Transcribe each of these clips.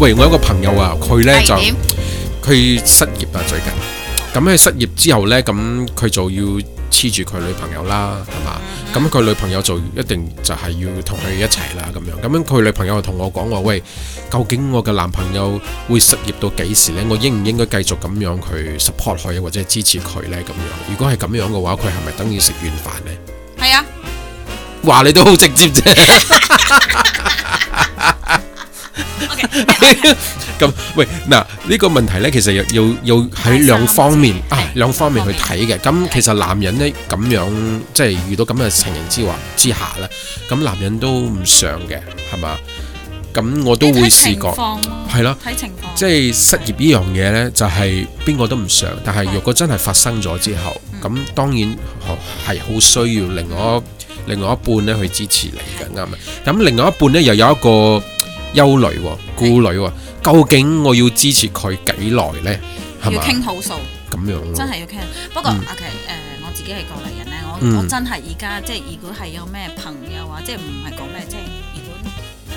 喂，我有個朋友啊，佢呢係就點佢失業啊，最近。咁佢失業之後呢，咁佢就要黐住佢女朋友啦，係嘛？嗯咁佢女朋友就一定就係要同佢一齊啦，咁樣。咁樣佢女朋友就同我講話，喂，究竟我嘅男朋友會失業到幾時呢？我應唔應該繼續咁樣去 support 佢或者支持佢呢？咁樣，如果係咁樣嘅話，佢係咪等於食軟飯呢？係啊，話你都好直接啫。咁喂嗱，呢個問題呢，其實要要要喺兩方面係啊，兩方面去睇嘅。咁其實男人呢，咁樣即係遇到咁嘅情形之話之下呢，咁男人都唔想嘅，係嘛？咁我都會試過，睇係啦。情況，即係失業呢樣嘢呢，就係邊個都唔想。但係若果真係發生咗之後，嗯咁當然哦係好需要另外一另外一半呢去支持你嘅，啱唔啱？咁另外一半呢，又有一個憂慮喎、顧慮喎，究竟我要支持佢幾耐呢？係要嘛？傾好數。咁樣真咯，係要傾。不過嗯 OK 誒、我自己係過嚟人咧，我、嗯我真係而家即係如果係有咩朋友啊，即係唔係講咩，即係如果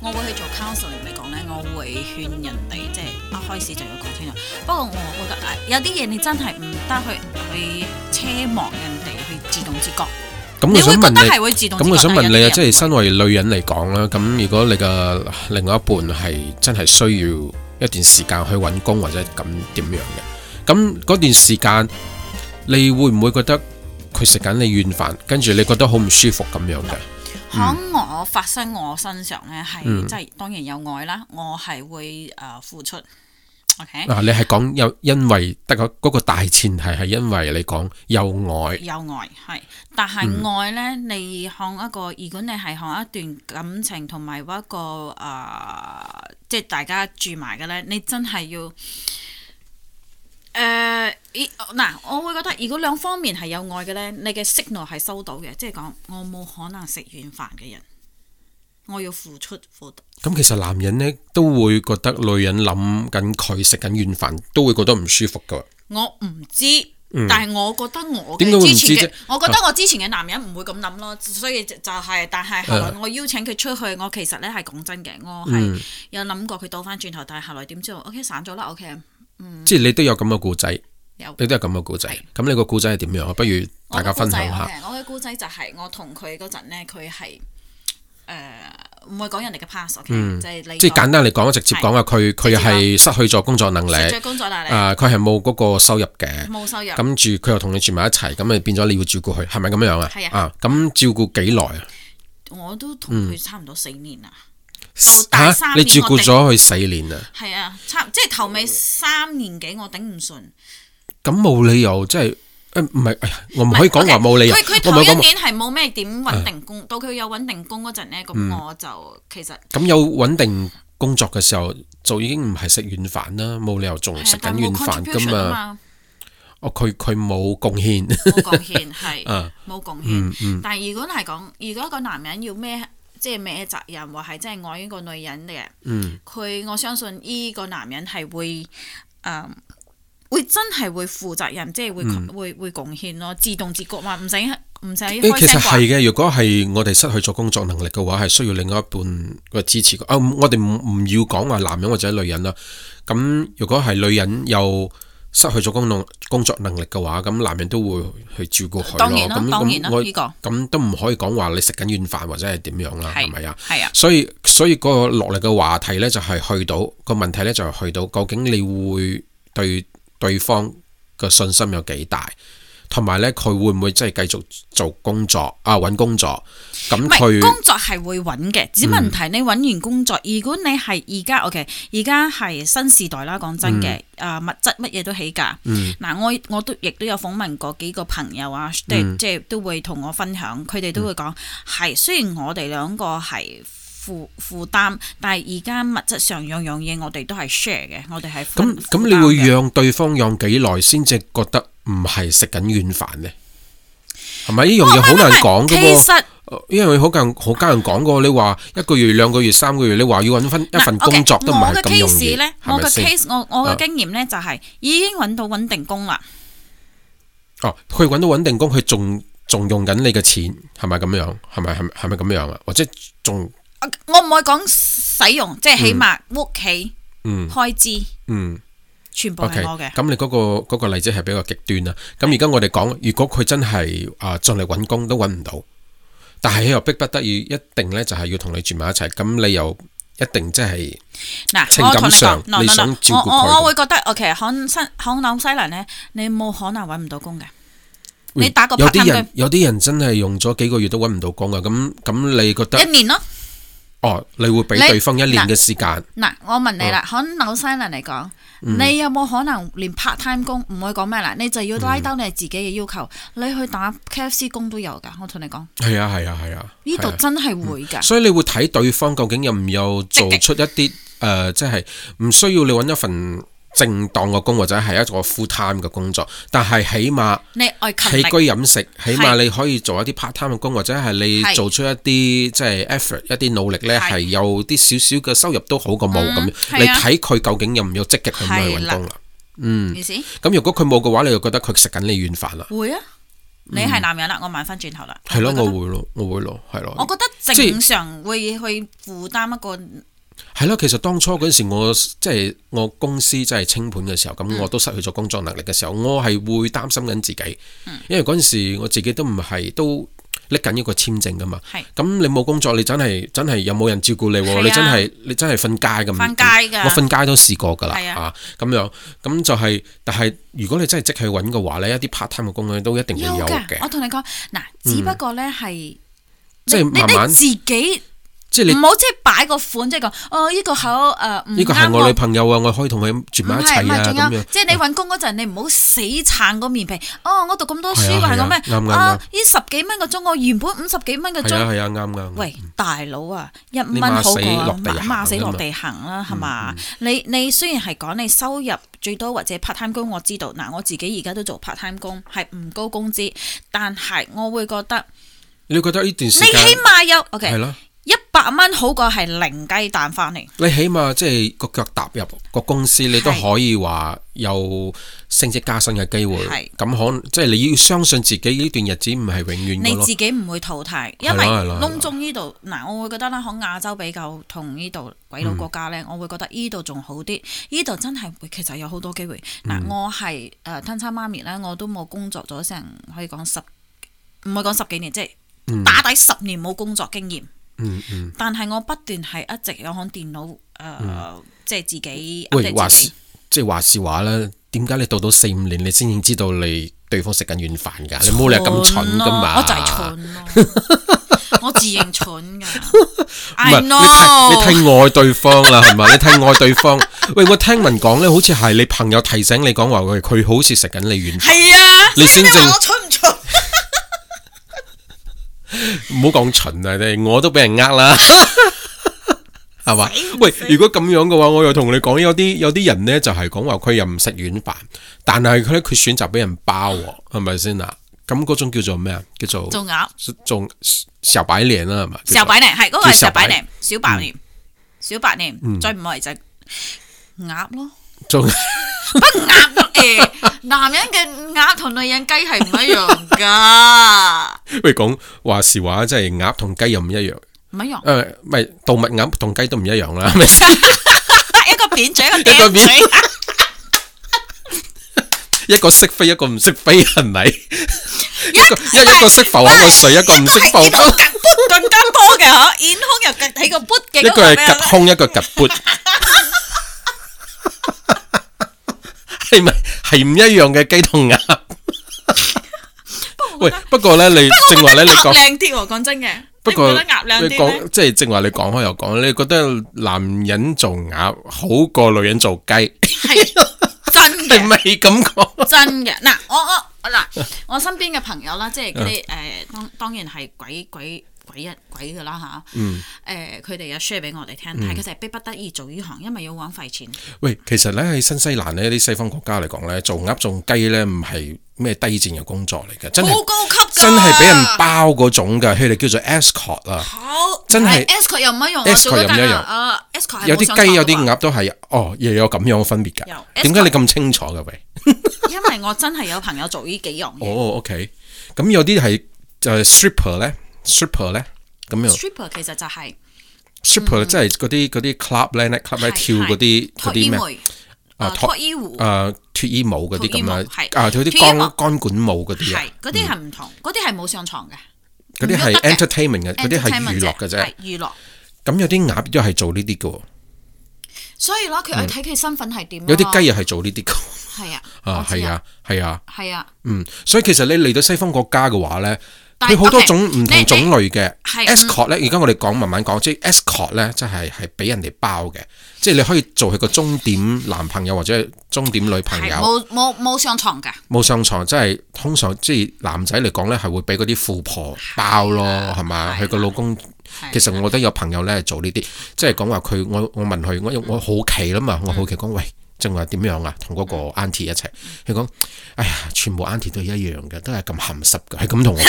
我會去做 counseling 嚟講咧，我會勸人哋即係一開始就要講清楚。不過我覺得誒有啲嘢你真係唔得去去奢望人哋去自動自覺，咁你我會想覺問得你。係會自動自咁覺。我想問你啊，即但有啲人嗯係身為女人嚟講啦，咁如果你嘅另外一半係真係需要一段時間去揾工或者咁點樣嘅，咁嗰段時間你會唔會覺得佢食緊你軟飯，跟住你覺得好唔舒服咁樣嘅？喺我發生我身上咧，係嗯即係當然有愛啦，我係會誒、呃付出。OK，嗱、啊你係講有因為得個嗰個大前提係因為你講有愛，有愛係，但嗯係愛咧，你看一個，如果你係看一段感情同埋一個啊、即係大家住埋嘅咧，你真係要誒，咦嗱、我會覺得如果兩方面係有愛嘅咧，你嘅 signal 係收到嘅，即係講我冇可能食軟飯嘅人，我要付出付出。咁其實男人呢都會覺得女人諗緊佢食緊軟飯，都會覺得唔舒服噶。我唔知。但係我覺得我嗯點解會嘅唔之知前嘅啫，我覺得我之前嘅男人唔會咁諗咯，所以就就係、但係後來我邀請佢出去，我其實咧係講真嘅，我嗯係有諗過佢倒翻轉頭，但係後來點知道，OK 散咗啦，OK 即係你都有咁嘅故仔，有。你都有咁嘅故仔。咁你個故仔係點樣啊？不如大家分享下。我嘅故仔就係我同佢嗰陣咧，佢係誒唔會講人哋嘅 pass，OK，、就係你嗯即係簡單嚟講，直接講啊，佢佢係失去咗工作能力，失咗工作能力啊，佢係冇嗰個收入嘅，冇收入，咁住佢又同你住埋一齊，咁咪變咗你要照顧佢，係咪咁樣啊？係啊啊，咁照顧幾耐啊？我都同嗯佢差唔多四年啦。到啊第三你年照顧我咗佢四年啊？係啊，差即係頭尾三年幾，我頂唔順。咁冇理由，即係誒唔係，哎呀我唔可以講話冇理由，佢佢我唔可頭以一講話啊年係冇咩點穩定工，到佢有穩定工嗰陣咧，嗯咁我就其實咁有穩定工作嘅時候，就已經唔係食軟飯啦，冇理由啊仲食緊軟飯㗎嘛。 嘛，哦，佢佢冇貢獻，冇貢獻係啊嗯冇貢獻。但係如果係講，如果一個男人要孭即係孭責任，或係即係愛呢個女人嘅，嗯佢我相信呢個男人係會誒。會真係會負責任，即係會、會會貢獻咯，自動自覺嘛，唔使唔使嗯誒，開其實聲係話。嘅。如果係我哋失去咗工作能力嘅話，係需要另外一半嘅支持嘅。啊，唔我哋唔唔要講話男人或者女人啦。咁如果係女人又失去咗工能工作能力嘅話，咁男人都會去照顧佢當然咯。啦咁當然啦咁我呢個咁都唔可以講話你食緊軟飯或者係點樣啦，係係咪啊？係啊，所以所以個落嚟嘅話題呢，就係去到個問題呢，就係去到究竟你會對對方嘅信心有幾大，同埋呢，佢會唔會真係繼續做工作啊揾工作？咁唔係佢嗯工作係會揾嘅，只問題你揾完工作，如果你係而家 OK，而家係新時代啦，講真嘅，嗯啊、物質乜嘢都起價。嗱、我我都亦都有訪問過幾個朋友啊，即係嗯即係都會同我分享，佢哋都會講係、雖然我哋兩個係。負負擔，但係而家物質上樣樣嘢我哋都係 share 嘅，我哋係分咁咁，負你擔會嘅讓對方讓幾耐先至覺得唔係食緊軟飯呢？係咪呢哦樣嘢好難講其㗎喎？哦實因為好近好家人講過，你話一個月、兩個月、三個月，你話要揾分一份嗱，OK，工作都唔係我嘅咁容 case 易，咧，係我咪嘅先？ case 我我啊嘅經驗咧就係已經揾到穩定工啦。哦，佢揾到穩定工，佢仲仲用緊你嘅錢，係咪咁樣？係咪係咪係咪咁樣啊？或者仲啊我唔可以講使用，即係起碼屋企嗯開支嗯全部，OK，係我嘅。咁你嗰個嗰個例子係比較極端啦。啊咁而家我哋講，如果佢真係啊盡力揾工都揾唔到，但係又逼不得已，一定呢就係要同你住埋一齊，咁你又一定即係情嗱，我同感你講上 no，no，no，你想照顧我佢我我會覺得，OK，響新響紐西蘭咧，你冇可能揾唔到工嘅。你打個有 part 啲 time 人有啲人真係用咗幾個月都揾唔到工啊！咁咁你覺得一年咯。哦，你會俾你對方一年嘅時間？嗱，我問你嗯啦，響紐西蘭嚟講，你有冇可能連 part time 工唔會講咩啦？你就要拉低你自己嘅要求，嗯你去打 KFC 工都有噶。我同你講，係啊係啊係啊！呢係度啊真係會噶。所以你會睇對方究竟有唔有做積極出一 啲誒、呃即係唔需要你揾一份正當嘅工，或者係一個 full time 嘅工作，但係起碼你愛勤起居力，飲食，起碼你可以做一啲 part time 嘅工，或者係你係做出一啲即係 effort 一啲努力呢，係係有啲少少嘅收入都好過冇咁樣。係啊你睇佢究竟有唔有積極咁樣去係揾啦工啦。意思咁如果佢冇嘅話，你就覺得佢食緊你軟飯啦。會啊。你係男人啦，我問翻轉頭啦。嗯係咯，覺得我會咯，我會咯，係我咯，覺得即係正常會去負擔一個係咯。其實當初嗰陣時，我即係我公司即係清盤嘅時候，嗯咁我都失去咗工作能力嘅時候，我係會擔心緊自己，嗯因為嗰陣時我自己都唔係都拎緊一個簽證噶嘛。係咁你冇工作，你真係真係有冇人照顧你係喎？啊你真係你真係瞓街咁，瞓街㗎我瞓街都試過㗎啦，係啊啊咁樣，咁就係，但係如果你真係即去揾嘅話呢，一啲 part time 嘅工咧都一定會有㗎嘅，嗯我同你講，嗱，只不過咧係你即係你慢慢你自己即係你唔好即係擺個款，即係講哦呢個口誒唔呢個係啱我我女。朋友啊，我可以同佢住唔埋一係齊唔係，啊，咁仲有樣即係你揾工嗰陣，你唔好死撐個面皮。哦，我讀咁多書係，啊話係係啊講啱啱咩？啊，呢十幾蚊個鐘，我原本五十幾蚊個係啊鐘。係啊，啱啱。喂，大佬啊，一你蚊馬好死過落啊，地行馬死㗎落嘛地行啦，係嗯嘛？你你雖然係講你收入最多或者 part time 工，我知道嗱，我自己而家都做 part time 工，係唔高工資，但係我會覺得你覺得呢段你時起間碼有係 OK 咯？一百蚊好過係零雞蛋翻嚟。你起碼即係個腳踏入個公司，你都係可以話有升職加薪嘅機會。係咁可即係你要相信自己呢段日子唔係永遠嘅你咯。自己唔會淘汰，因係啦為係啦係啦窿中呢度嗱，我會覺得啦，喺亞洲比較同呢度鬼佬國家咧，嗯我會覺得呢度仲好啲。呢度真係會其實有好多機會。嗱、嗯我係誒吞餐媽咪咧，我都冇工作咗成可以講十唔可以講十幾年，即係打底十年冇工作經驗。嗯嗯，但係我不斷係一直有喺電腦誒，呃即係自己嗯喂， update 話自己是即係話是話啦，點解你到到四五年你先至知道你對方食緊軟飯㗎？你冇理由咁蠢㗎嘛？我就係蠢咯， 我自認蠢噶。唔 I 係你太 know，你太愛對方啦，係嘛？你太愛對方。喂，我聽聞講咧，好似係你朋友提醒你講話，喂，佢好似食緊你軟飯，係啊，你先所以正話我蠢唔蠢？唔好講蠢啊！你我都俾人呃 啦，係嘛？喂，如果咁樣嘅話，我又同你講，有啲有啲人咧就係講話佢又唔食軟飯，但係佢咧佢選擇俾人包喎，係咪先啊？咁嗰種叫做咩啊？叫做做鴨，做小白臉啊啦，係嘛？小白臉係嗰個係小小白白臉，小白臉，小白臉，再唔係就鴨咯。做不過鴨誒，男人嘅鴨同女人雞係唔一樣噶， 喂講話是話，即係鴨同雞又唔一樣。唔 一樣。誒，唔係動物鴨同雞都唔一樣啦，係咪先？一個扁嘴，一個一個扁扁嘴，一個識飛，一個唔識飛，係咪？一個一 Dạ. 一個識 浮喺個水，一個唔識浮。一個係夾骨更加多嘅嗬，遠空又夾喺個骨嘅一嗰個個係咩咧夾胸，一個夾缽，係咪係唔一樣嘅雞同鴨？喂，不過咧，你正話咧，你鴨講，靚啲喎，講真嘅。不過你唔覺得鴨靚你啲咩？講，即係正話你講開又講，你覺得男人做鴨好過女人做 雞，係 真係嘅。咪咁講？真嘅嗱，我我嗱，我身邊嘅朋友啦，即係嗰啲啊誒，當當然係鬼鬼鬼一鬼噶啦吓，嗯，誒，佢哋有 share 俾我哋嗯聽，但係佢哋係逼不得已做呢行，因為要揾廢錢。喂，其實咧喺新西蘭呢啲西方國家嚟講咧，做鴨做雞咧唔係咩低賤嘅工作嚟嘅，真係好高級㗎，真係俾人包嗰種㗎，佢哋叫做 escort à. 啊。好真係哎 escort 又唔一樣 escort 我做得又唔一緊樣啊啊，escort 係有冇啲上雞堂有㗎啲嘛，鴨都係哦，又有咁樣嘅分別㗎。有點解你咁清楚嘅喂？因為我真係有朋友做呢幾樣嘢。哦，OK，咁有啲係就係 stripper 咧，stripper 咧咁樣 stripper 其實就係 stripper 即係嗰啲嗰啲 club 咧，net club 咧嗯係跳嗰啲脱嗰衣啲咩梅啊啊，脱脱衣舞誒脱衣舞嗰啲咁脫衣舞樣係啊，嗰啲脫衣鋼舞鋼管舞嗰啲啊係，嗰啲係唔同，嗰啲係冇上床嘅，嗰啲係唔喐得嘅 entertainment 嘅，嗰啲係娛樂嘅啫係。娛樂。咁有啲鴨亦都係做呢啲嘅喎，所以咯，佢係哎睇佢身份係點咯。嗯有啲雞又係做呢啲嘅喎係啊，啊，哦我知係，啊，係啊，係啊，嗯，所以其實你嚟到西方國家嘅話咧，但係佢好多 OK，種唔你同種類嘅係嗯 escort 咧。而家我哋講慢慢講，即係 escort 咧，即係係俾人哋包嘅，即係你可以做佢個終點男朋友或者係終點女朋係友。冇冇冇上床嘅，冇上床，即係通常即係男仔嚟講咧，係會俾嗰啲富婆包咯係啦，係嘛？係啦啊佢個老公係啊其實我覺得有朋友咧係做呢啲，即係講話佢我我問佢，我我好奇啦嘛，我好奇講喂，正話點樣啊？同嗰個 auntie 一齊，佢講哎呀，全部 auntie 都係一樣嘅，都係咁鹹濕嘅，係咁同我講，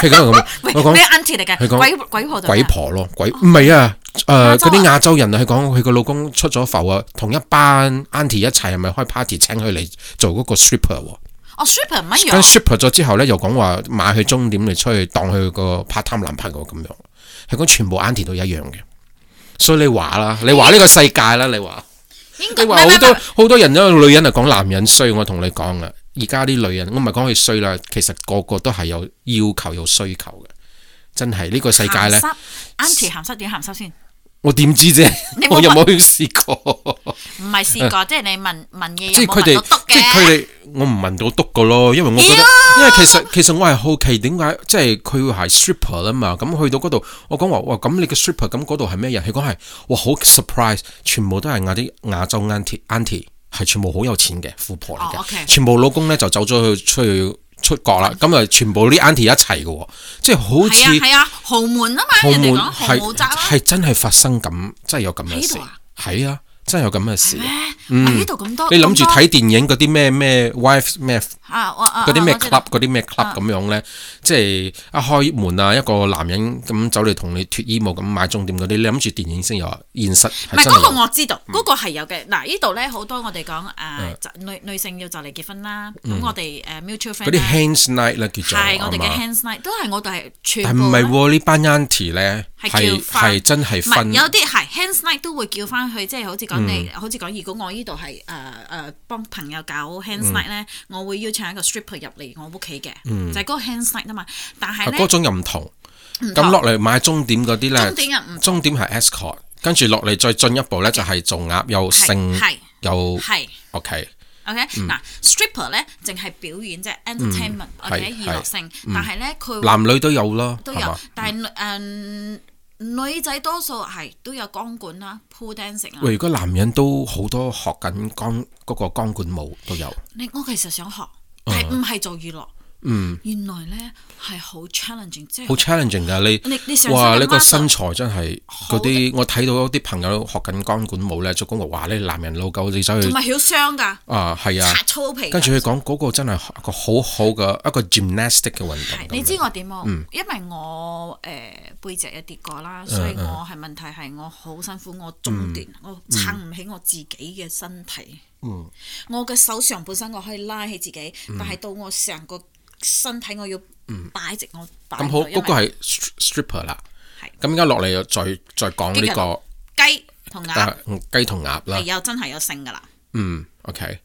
佢咁咁， 喂，我講咩 auntie 嚟佢嘅？講鬼鬼婆就鬼婆咯，鬼唔係啊，誒亞嗰洲啊啲亞洲人啊，佢講佢個老公出咗埠啊，同一班 auntie 一齊係咪開 party 請佢嚟做嗰個 stripper 喎？哦，super 唔一跟樣， stripper 咗之後咧，又講話買去終點嚟出去當佢個 part time 男朋友咁樣，係講全部 a u n t i 都一樣嘅。所以你話啦，你話呢個世界啦，你話應該你唔話係唔好係唔多係好多人都女人啊講男人衰，我同你講啊，而家啲女人，我唔係講佢衰啦，其實個個都係有要求有需求嘅，真係呢個世界呢鹹，濕，auntie 鹹濕點鹹濕先？我點知啫你？冇我有冇去試過？唔係試過，即係你問問嘢即係有佢冇哋聞到篤，即係佢嘅？哋，我唔聞到篤個咯，因為哎我覺得，因為其實其實我係好奇點解，即係佢會係 stripper 啊嘛，咁去到嗰度，我講話哇，咁你嘅 stripper 咁嗰度係咩人？佢講係，哇好 surprise，全部都係亞啲亞洲 auntie auntie，係全部好有錢嘅富婆嚟嘅，哦，OK 嗯全部老公咧就走咗去出去出國啦，咁啊全部啲 auntie 一齊嘅喎，即係好似係啊係啊，豪門啊嘛，澳人哋門講豪係門宅啦，係真係發生咁，真係有咁嘅喺事度啊，係啊，真係有咁嘅事咩。？我呢度咁多，你諗住哦咁多睇電影嗰啲咩咩 wife 咩啊？我啊嗰啲咩我知道 club 嗰啲咩 club 咁樣呢？即係一開門啊，一個男人咁走嚟同你脱衣舞咁買重點嗰啲，你諗住電影先有啊，現實唔係真係係嗰個有。我啊知道，嗰個係有嘅。嗱，呢度咧好多我哋講誒就女女性要就嚟結婚啦，咁我哋誒 mutual 嗰 friend 啲啦 hands night 啦叫做係我哋嘅係嘛 hands night 都係我哋係全但部唔係啦。喎，呢班 auntie 咧係係叫翻係真係唔係分有啲係 hands night 都會叫翻去，即係好似講你，嗯好似講如果我呢度係誒誒幫朋友搞嗯 hands night 咧，我會邀請一個 stripper 入嚟我屋企嘅，就係嗰個 hands night 啊嘛。但係嗰咧種又唔同。唔咁同落嚟買終點嗰啲呢，終點又唔終點係 escort，跟住落嚟再進一步呢，就係做鴨又性係係又係。 OK。 OK，嗱，stripper 嗯咧淨係表演啫，entertainment 或者嗯係嗯娛樂性，但係咧佢男女都有咯，都係有嘛，但係誒女仔多數係都有光管啦，pool dancing 啊。喂，如果男人都好多學緊鋼嗰個鋼管舞都有，你我其實想啊學，但係唔係做娛樂。嗯，原來咧係好 challenging，即好係 challenging 㗎你。你你上哇！身你嘅個 muscle 身材真係嗰好啲，我睇到啲朋友學緊鋼管舞咧，做工話哇！你男人老狗，你走去同埋曉傷㗎，啊，係啊擦，粗皮㗎。跟住佢講嗰個真係一個好好嘅一個 gymnastic 嘅運動係咁樣。你知我點冇？嗯因為我誒、呃背脊有跌過啊啦，所以我係問題係我好辛苦，我中段、嗯我撐唔起我自己嘅身體。我嘅手上半身我可以拉起自己，嗯但係到我成個身體我要擺直我擺咁好，因為嗰個係 stri- stripper 啦。係咁而家落嚟又再再講呢個雞同鴨啊雞同鴨係啊嗯啦。有真係有性㗎啦。嗯，OK。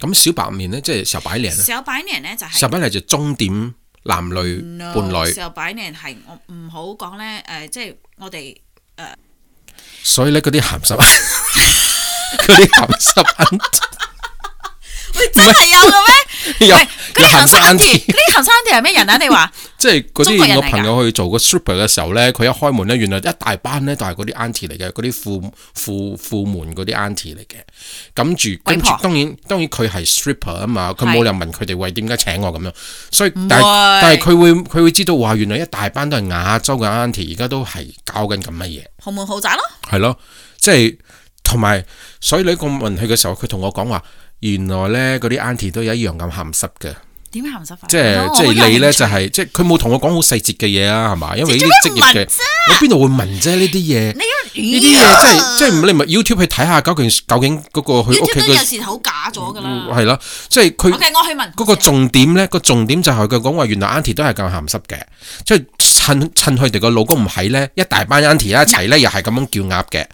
咁小白面咧，即係小白臉啊。小擺年咧就係、小白臉就終點男女伴 no，侶。小擺年係我唔好講咧誒，即係我哋。所以咧，嗰啲鹹濕， 嗰啲鹹濕喂，真係有嘅 咩？有喂有嗰行啲行山山貼貼，嗰啲行山貼係咩人啊？你話 即係嗰中國啲人我嚟㗎朋友去做個 super 嘅時候咧，佢一開門咧，原來一大班咧都係嗰啲 auntie 嚟嘅，嗰啲富富富門嗰啲 auntie 嚟嘅。咁住鬼跟住婆，當然當然佢係 stripper 啊嘛，佢冇係理由問佢哋喂點解請我咁樣。所以唔但係會但係佢會佢會知道話原來一大班都係亞洲嘅 auntie，而家都係搞緊咁乜嘢。豪門豪宅咯，係咯，即係同埋，所以你咁問佢嘅時候，佢同我講話，原來咧嗰啲 auntie 都有一樣咁鹹濕嘅，點鹹濕法？即係、哦即係你咧就我好有係、興趣即係佢冇同我講好細節嘅嘢啊，係嘛？因為呢做啲職咩業嘅唔問啫，我邊度會問啫呢啲嘢？你呢啲因嘢即係即係你咪 YouTube 去睇下究竟究竟嗰個佢屋企 YouTube 都有嘅時好假咗噶啦。係啦，即係佢 OK，我去問嗰個重點咧，個重點就係佢講話原來 auntie 都係咁鹹濕嘅，即係趁趁佢哋個老公唔喺呢，一大班 a u n t i 一齊呢，又係咁樣叫鴨嘅，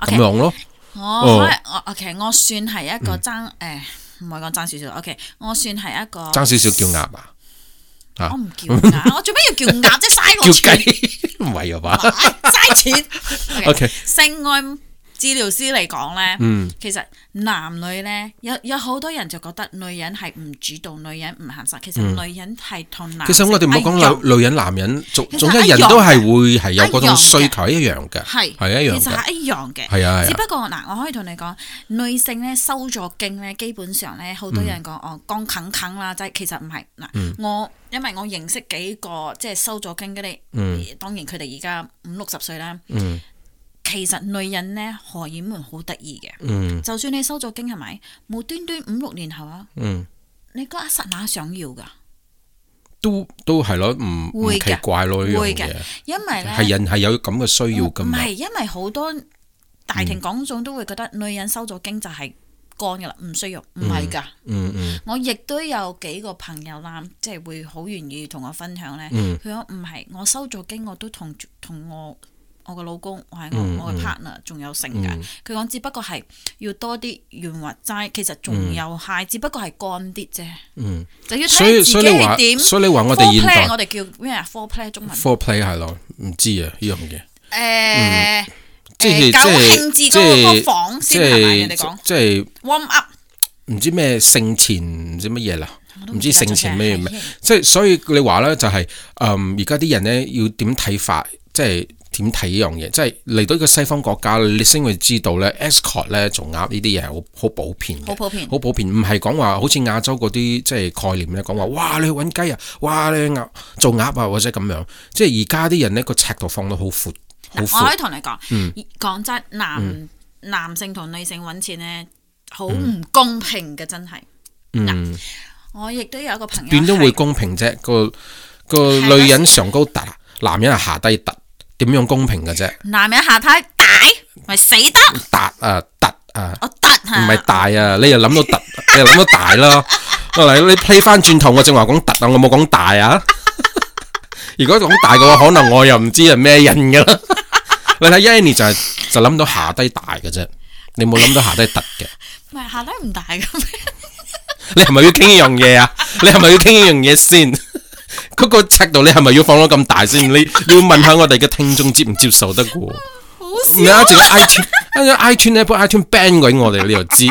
咁 OK 樣咯。我哦可能我我其實我算係一個爭誒，唔係講爭少少。OK，我算係一個爭少少叫鴨啊，啊我唔叫鴨，我做咩要叫鴨啫？嘥 叫我錢，雞唔係啊哦嘛？嘥錢。 OK 性愛治療師嚟講咧，嗯其實男女咧有有好多人就覺得女人係唔主動，女人唔行實。其實女人係同嗯男其實我哋唔好講女女人、男人，總啊哎其總實之人一樣都係會係有一樣嗰種需嘅求一樣嘅，係係啊一樣其實嘅，係一樣嘅。係啊係只啊，不過嗱，我可以同你講，女性咧收咗經咧，基本上咧好多人講、嗯哦乾啃啃啦，即係其實唔係嗱，我因為我認識幾個即係收咗經嗰啲，嗯當然佢哋而家五六十歲啦。嗯其實女人咧荷爾蒙好得意嘅，嗯就算你收咗經係咪，無端端五六年後啊，嗯，你嗰一剎那想要噶，都都係咯，唔唔會嘅奇怪咯呢樣會嘢嘅，因為咧係人係有咁啊嗯嘅需要㗎唔嘛，係，因為好多大庭廣眾都會覺得女人收咗經就係乾噶啦，唔需要，唔係㗎。嗯嗯我亦都有幾個朋友啦，即係會好願意同我分享咧。嗯佢講唔係，我收咗經我都同同我我個老公，我係我、嗯我嘅 partner，仲有性㗎。佢講只不過係要多啲潤滑劑，其實仲有蟹，只不過係乾啲啫，嗯，就要所睇以你自己所以你話係點。所以你話我哋 Foreplay，現代我哋叫咩啊？foreplay 中文 foreplay 係咯，唔知啊呢樣嘢。誒，嗯即誒係夠興致即係即嗰個係嗰個房即先係咪？人係哋講即係 warm up，唔知咩性前唔知乜嘢啦，我都唔知性前咩咩記得咗，即係所以你話咧就係、嗯而家啲人咧要點睇法，即係點睇呢樣嘢，即係嚟到一個西方國家，你先會知道咧 escort 咧做鴨呢啲嘢係好好普遍嘅好普遍好普遍，唔係講話好似亞洲嗰啲即係概念咧，講話哇你去揾雞啊，哇你去鴨做鴨啊或者咁樣，即係而家啲人咧個尺度放到好闊，好嗱，我闊嗯可以，同你講，講真，男男性同女性揾錢咧，好唔公平嘅，真係。嗯。我亦都有一個朋友係，點都會公平啫。個個係啦女人上高突，男人係啊下低突，點樣公平嘅 啫？男人下體大，咪死得突啊突啊，我得唔嚇，係大啊！你又諗到突，你又諗到大啦。嚟，你 play 翻轉頭，我正話講突啊，我冇講大啊。如果講大嘅話，可能我又唔知係咩人噶啦。你睇 Yanny 就係、就諗到下低大嘅啫，你冇諗到下低突嘅。唔係下體唔大嘅咩？你係咪要傾呢樣嘢啊？你係咪要傾呢樣嘢先？嗰個尺度你係咪要放到咁大先？你你要問下我哋嘅聽眾接唔接受得過？唔好係啊，笑。仲有 iTune，iTune 咧，幫 iTune ban 鬼我哋，你又知，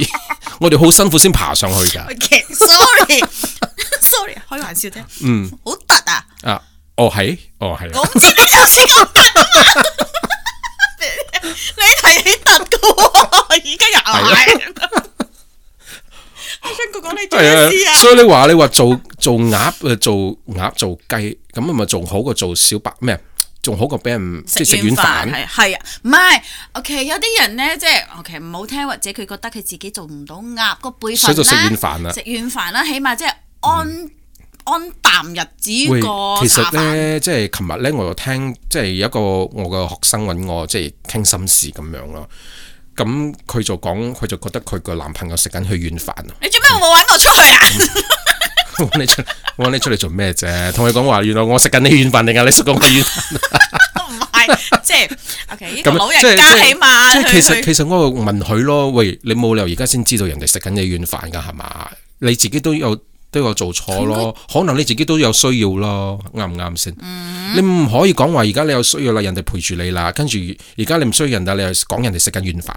我哋好辛苦先爬上去㗎。 OK，sorry，sorry，開玩笑啫。嗯，好突啊！啊，哦係，哦係，我唔知你想食我突啊嘛， 你提起突嘅喎，而家又係。我想講講你做咩事啊係啊啊，？所以你話你話做做鴨誒做鴨做雞咁係咪仲好過做小白咩？啊仲好過俾人即係食軟完飯？係係啊，唔係 OK 有啲人咧，即係 OK 唔好聽，或者佢覺得佢自己做唔到鴨個輩所份以就啦，食軟飯啦嗯食軟飯啦，起碼即係安、安淡日喂子，過其茶實飯。咧，即係琴日咧，我又聽即係有一個我嘅學生揾我，即係傾心事咁樣咯。咁佢就講，佢就覺得佢個男朋友食緊佢軟飯啊！ 你做咩冇揾我出去啊？ 我揾你出，我揾你出嚟做咩啫？同佢講話，原來我食緊你軟飯定係你食緊我軟飯？唔係，即係 OK 呢個老咁即係人家即係起碼即係佢其實佢其實我就問佢咯，喂，你冇理由而家先知道人哋食緊你軟飯㗎係嘛？你自己都有都有做錯咯，可能你自己都有需要咯，啱唔啱先？你唔可以講話而家你有需要啦，人哋陪住你啦，跟住而家你唔需要人啦，你又講人哋食緊軟飯，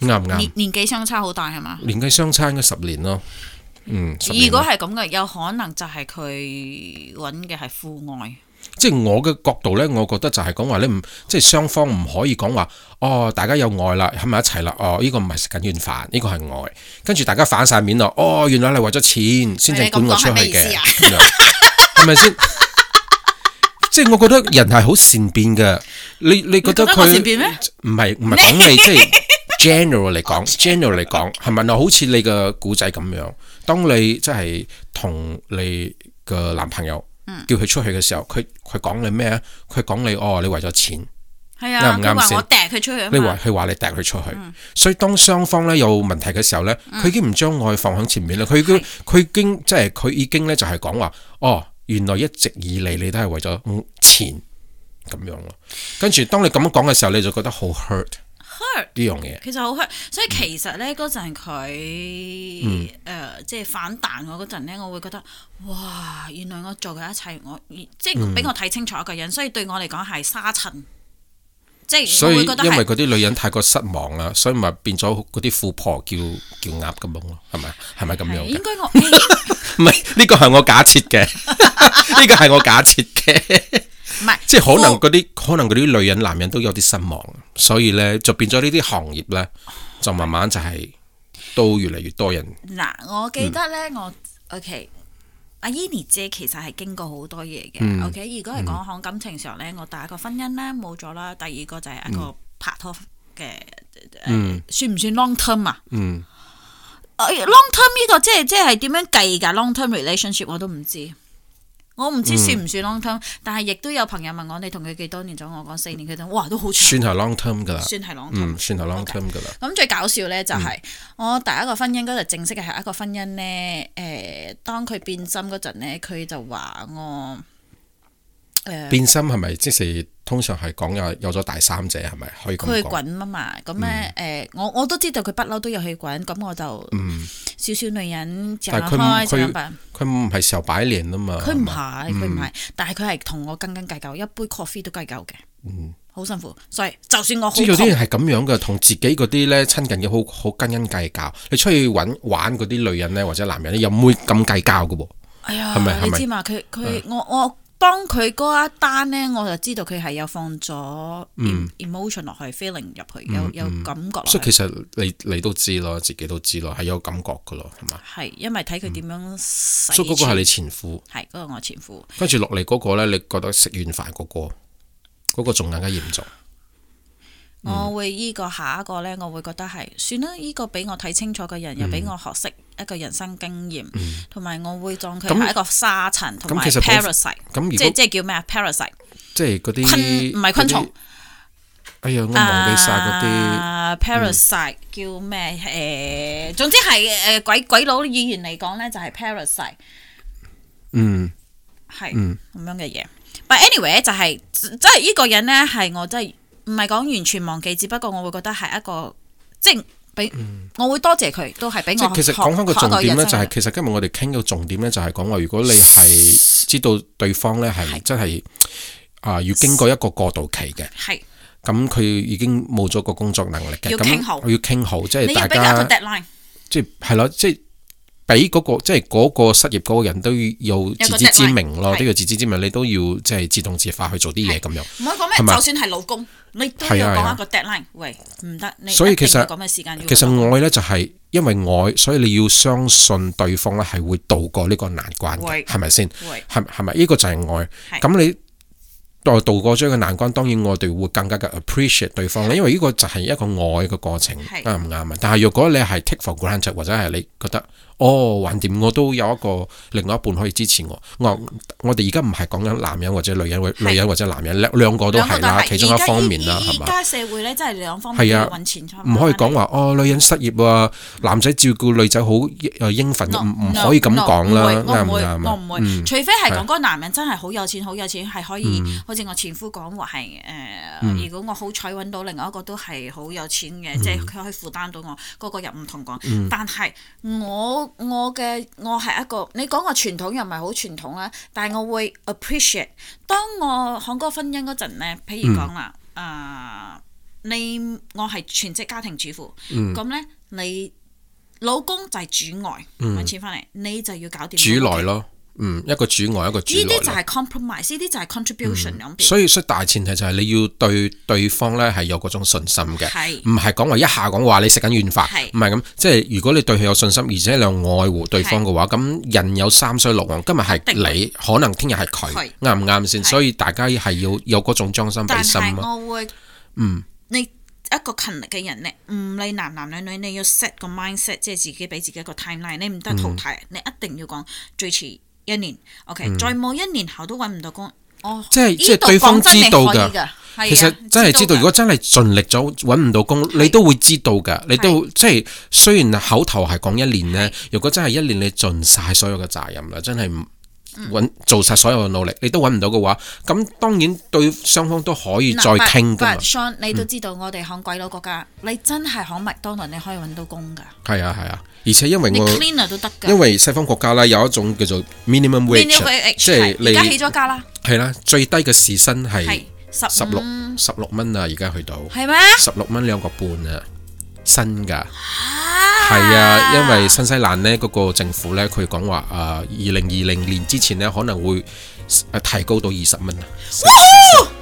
啱唔啱年？年紀相差好大係嘛？年紀相差應該十年咯，嗯，十年如果係咁嘅，有可能就係佢揾嘅係父愛。即係我嘅角度呢，我覺得就係講話你唔即係雙方唔可以講話哦，大家有愛啦，喺埋一齊啦，哦，呢、個唔係食緊軟飯，呢、個係愛，跟住大家反晒面咯，哦，原來你為咗錢先至管我出去你咁講係咩意嘅思啊，咁樣係咪先？即係我覺得人係好善變嘅，你你覺得你覺得我佢善變咩唔係唔係講你即係 general 嚟講，general 嚟講係咪嗱？好似你嘅古仔咁樣，當你即係同你嘅男朋友嗯叫佢出去嘅時候，佢佢講你咩啊？佢講你哦，你為咗錢，係啊，啱唔佢啱話先我掟佢出去啊你嘛嗯話。佢話你掟佢出去，所以當雙方咧有問題嘅時候咧，佢已經唔將愛放喺前面啦，佢已經佢已經即係佢已經咧就係講話哦，原來一直以嚟你都係為咗嗯錢咁樣咯。跟住當你咁樣講嘅時候，你就覺得好 hurt hurt 呢樣嘢。其實好 hurt，所嗯以其實咧嗰陣佢誒即係反彈我嗰陣咧，我會覺得哇，原來我做嘅一切，我即嗯係俾我睇清楚一個人，所以對我嚟講係沙塵，即係所我以會覺得因係為嗰啲女人太過失望啦，所以咪變咗嗰啲富婆叫叫鴨咁樣咯，係咪？係咪咁係樣嘅應？該我唔唔係呢個係我假設嘅， 呢個係我假設嘅。係 即係可能我嗰啲可能嗰啲女人男人都有啲失望，所以呢，就變咗呢啲行業呢，就慢慢就係都越嚟越多人嗱，我嗯記得咧，我 OK。阿 Enid 姐其實係經過好多嘢嘅、o 嗯 k 如果係講講感情上咧，我第一個婚姻咧冇咗啦，第二個就係一嗯個拍拖嘅，呃算唔算 long term 啊？嗯呃 long term 呢個即係即係點樣計㗎？long term relationship 我都唔知，我唔知嗯算唔算 long term，、但係亦都有朋友問我你同佢幾多年咗？我講四年，佢就哇都好長，算係 long term 噶啦，算係嗯 long term。嗯，算係 long term 噶啦。咁最搞笑咧就係、嗯我第一個婚姻嗰陣正式係一個婚姻咧，誒、當佢變心嗰陣咧，佢就話我誒。變心係咪即係通常係講有有咗第三者係咪可以佢咁去講？嗯滾啊嘛，咁咧誒，我我都知道佢不嬲都有去滾，咁我就少少女人就但係佢唔開就佢辦佢唔係時候擺年啊嘛，佢唔係，佢唔係，嗯但係佢係同我斤斤計較，一杯 coffee 都計較嘅，好辛苦。所以就算我好嗯即係有啲窮，人係咁樣嘅，同自己嗰啲咧親近嘅好好斤斤計較。你出去揾玩嗰啲女人咧或者男人咧，有冇咁計較嘅喎？哎呀係咪係，咪嗯你知嘛？佢佢我我當佢嗰一單咧，我就知道佢係有放咗 em- emotion 落去，feeling 入去，有有感覺落嗯所以其，去實你你都知咯，自己都知咯，係有感覺嘅咯，係嘛？係因為睇佢點樣洗嗯所以嗰個係錢你前夫，係嗰個我前夫。跟住落嚟嗰個咧，你覺得食完飯嗰、個，嗰、個仲更加嚴重。嗯我會依個下一個呢，我會覺得係算啦。依、個俾我睇清楚嘅人，又嗯俾我學識一個人生經驗，同埋、我會當佢咁係一個沙塵同埋咁其實本 parasite，咁如即係果即係叫咩啊？parasite 即係嗰昆啲唔係昆蟲嗰啲，哎呀，我忘記晒嗰啲。啊 À, parasite 叫咩？誒，總之係誒鬼鬼佬語言嚟講呢，就係 parasite。嗯，係咁樣嘅嘢。But anyway 就係即係呢個人咧，係我真係唔係講完全忘記，只不過我會覺得係一個即係俾我會多謝佢，都係俾即我係其實學講翻個重點咧，就係、學一個人生其實今日我哋傾嘅重點咧，就係講話，如果你係知道對方咧係真係啊、要經過一個過渡期嘅，係咁佢已經冇咗個工作能力嘅，要咁傾好要傾好，即係你要大俾佢一個家 deadline，即係係咯，即係。俾嗰、個即係嗰個失業嗰個人都要自知之明有個咯， deadline，都要自知之明，你都要即係自動自發去做啲嘢咁樣。唔好係講咩，咪就算係老公，你都係要啊係啊講一個 deadline。喂，唔得，你所以一定其實要咁嘅時間要其實愛呢，就係因為愛，所以你要相信對方呢係會渡過呢個難關嘅，會係咪先？喂係係咪？呢個就係愛。係咁你再渡過咗呢個難關，當然我哋會更加嘅 appreciate 對方咧，因為呢個就係一個愛嘅過程，係啱唔啱啊？但係若果你係 take for granted，或者係你覺得哦，橫掂我都有一個另外一半可以支持我，我我哋而家唔係講緊男人或者女人，女人或者男人，兩兩個都兩個係啦，都係其中一方面啦，而家係嘛而？家社會咧，真係兩方面係都啊要揾錢出嚟唔可以講話哦，女人失業啊，男仔照顧女仔好誒應份， No，唔唔 no，可以咁 no，講唔啦，會啱我唔唔會，啱我啊？嗯唔會，除非係講嗰個男人真係好有錢，好有錢係可以，好似我前夫講話係誒，如果我好彩揾到另外一個都係好有錢嗯嘅，即係佢可以負擔到我，嗰個又唔同講。但係我我嘅我係一個，你講我傳統又唔係好傳統啊，但係我會 appreciate。當我喺嗰個婚姻嗰陣咧，譬如講啦，嗯啊。你我係全職家庭主婦，嗯咁咧、你老公就係主外揾錢翻嚟，你就要搞掂嗯主老公內咯，嗯，一個主外一個主呢內啲就咯。係 compromise，呢啲就係 contribution 咁、所以所以大前提就係你要對對方咧係有嗰種信心嘅，係唔係講話一下講話你食緊軟飯，係唔係咁。即係如果你對佢有信心，而且你又愛護對方嘅話，咁人有三衰六旺，今日係一定你，可能聽日係佢係，啱唔啱先？係所以大家係要有嗰種將心比但心啊係咯。我會，嗯，你一個勤力嘅人咧，唔理男男女女，你要 set 個 mindset，即係自己俾自己一個 timeline，你唔得淘汰，嗯你一定要講最遲一年，OK，、再冇一年後都揾唔到工，哦，即係即係對方知道㗎。啊其實真係知道，如果真係盡力咗揾唔到工，你都會知道㗎。你都即係嗯雖然口頭係講一年呢，如果真係一年你盡晒所有嘅責任啦，真係唔嗯揾做晒所有嘅努力，你都揾唔到嘅話，咁當然對雙方都可以再傾噶嘛 But。Sean，你都知道我哋響鬼佬國家，你真係響麥當勞你可以揾到工㗎，係啊係啊，而且因為你我 cleaner 都得㗎。因為西方國家咧有一種叫做 minimum wage，啊 Minimum wage，即係係而家起你咗價啦，係啦，最低嘅時薪係係十十六十六蚊啊，而家去到係咩？啊十六蚊兩個半啊，新㗎。係係啊，因為新西蘭呢嗰、個政府呢，佢講話啊，二零二零年之前呢，可能會誒提高到二十蚊啊。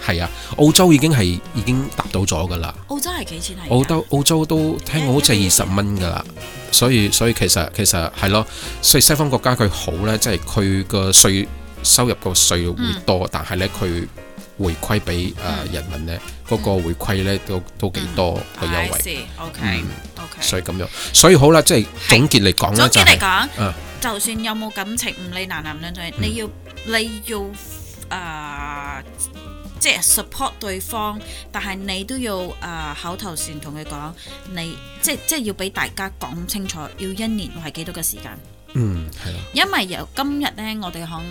係啊，澳洲已經係已經達到咗噶啦，澳洲係啊幾錢係？澳洲澳洲都聽過好似二十蚊噶啦，所以所以其實其實係咯，所以西方國家佢好呢，即係佢個税收入個税會多，但係呢，佢回饋俾誒人民呢，嗰、個回饋呢都都幾多嗯個優惠，嗯惠。OK OK。所以咁樣，所以好啦，即係總結嚟講呢，總就之係、嚟講嗯，就算有冇感情，唔理男男女女，你要你要誒，即係 support 對方，但係你都要誒口頭禪同佢講，你即係即係要俾大家講清楚，要一年係幾多嘅時間。嗯，係啦，因為由今日咧，我哋響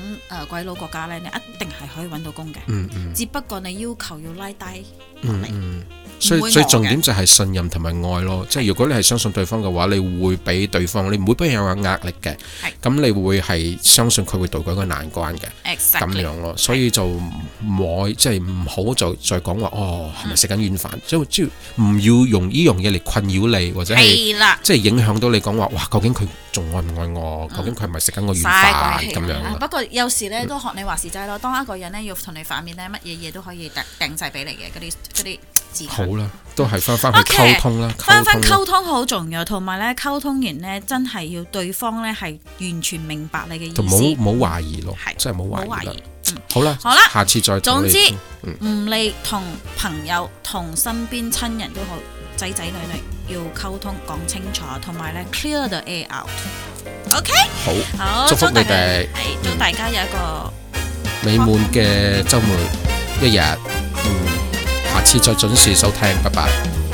誒鬼佬國家咧，你一定係可以揾到工嘅，嗯嗯只不過你要求要拉低落嗯嚟。嗯，所以唔會餓嘅所以重點就係信任同埋愛咯，即係如果你係相信對方嘅話，你會俾對方，你唔會俾人有壓力嘅係，咁你會係相信佢會渡過一個難關嘅。嗯咁 Exactly。樣咯，所以就唔可以即係唔好就再講話哦，係嗯咪食緊軟飯？即係即係唔要用呢樣嘢嚟困擾你，或者係係啦，即係影響到你講話，哇！究竟佢仲愛唔愛我？究竟佢係咪食緊我軟嗯嘥飯鬼氣咁樣啦啊？不過有時咧都學你話事齋咯，當一個人咧要同你反面咧，乜嘢嘢都可以掟掟晒俾你嘅嗰啲嗰啲字。好啦，都係翻翻去 OK，溝通啦，溝翻翻通啦。溝通好重要，同埋咧溝通完咧，真係要對方咧係完全明白你嘅就冇意思，冇懷疑咯係，真係冇懷冇疑懷啦疑。。好啦，好啦下次再同你總之傾唔理同朋友、同身邊親人都好，仔仔女女要溝通講清楚，同埋咧 clear the air out。OK，好好，祝福祝大你家哋嗯係祝大家有一個美滿嘅週末一日，嗯，下次再準時收聽，拜拜。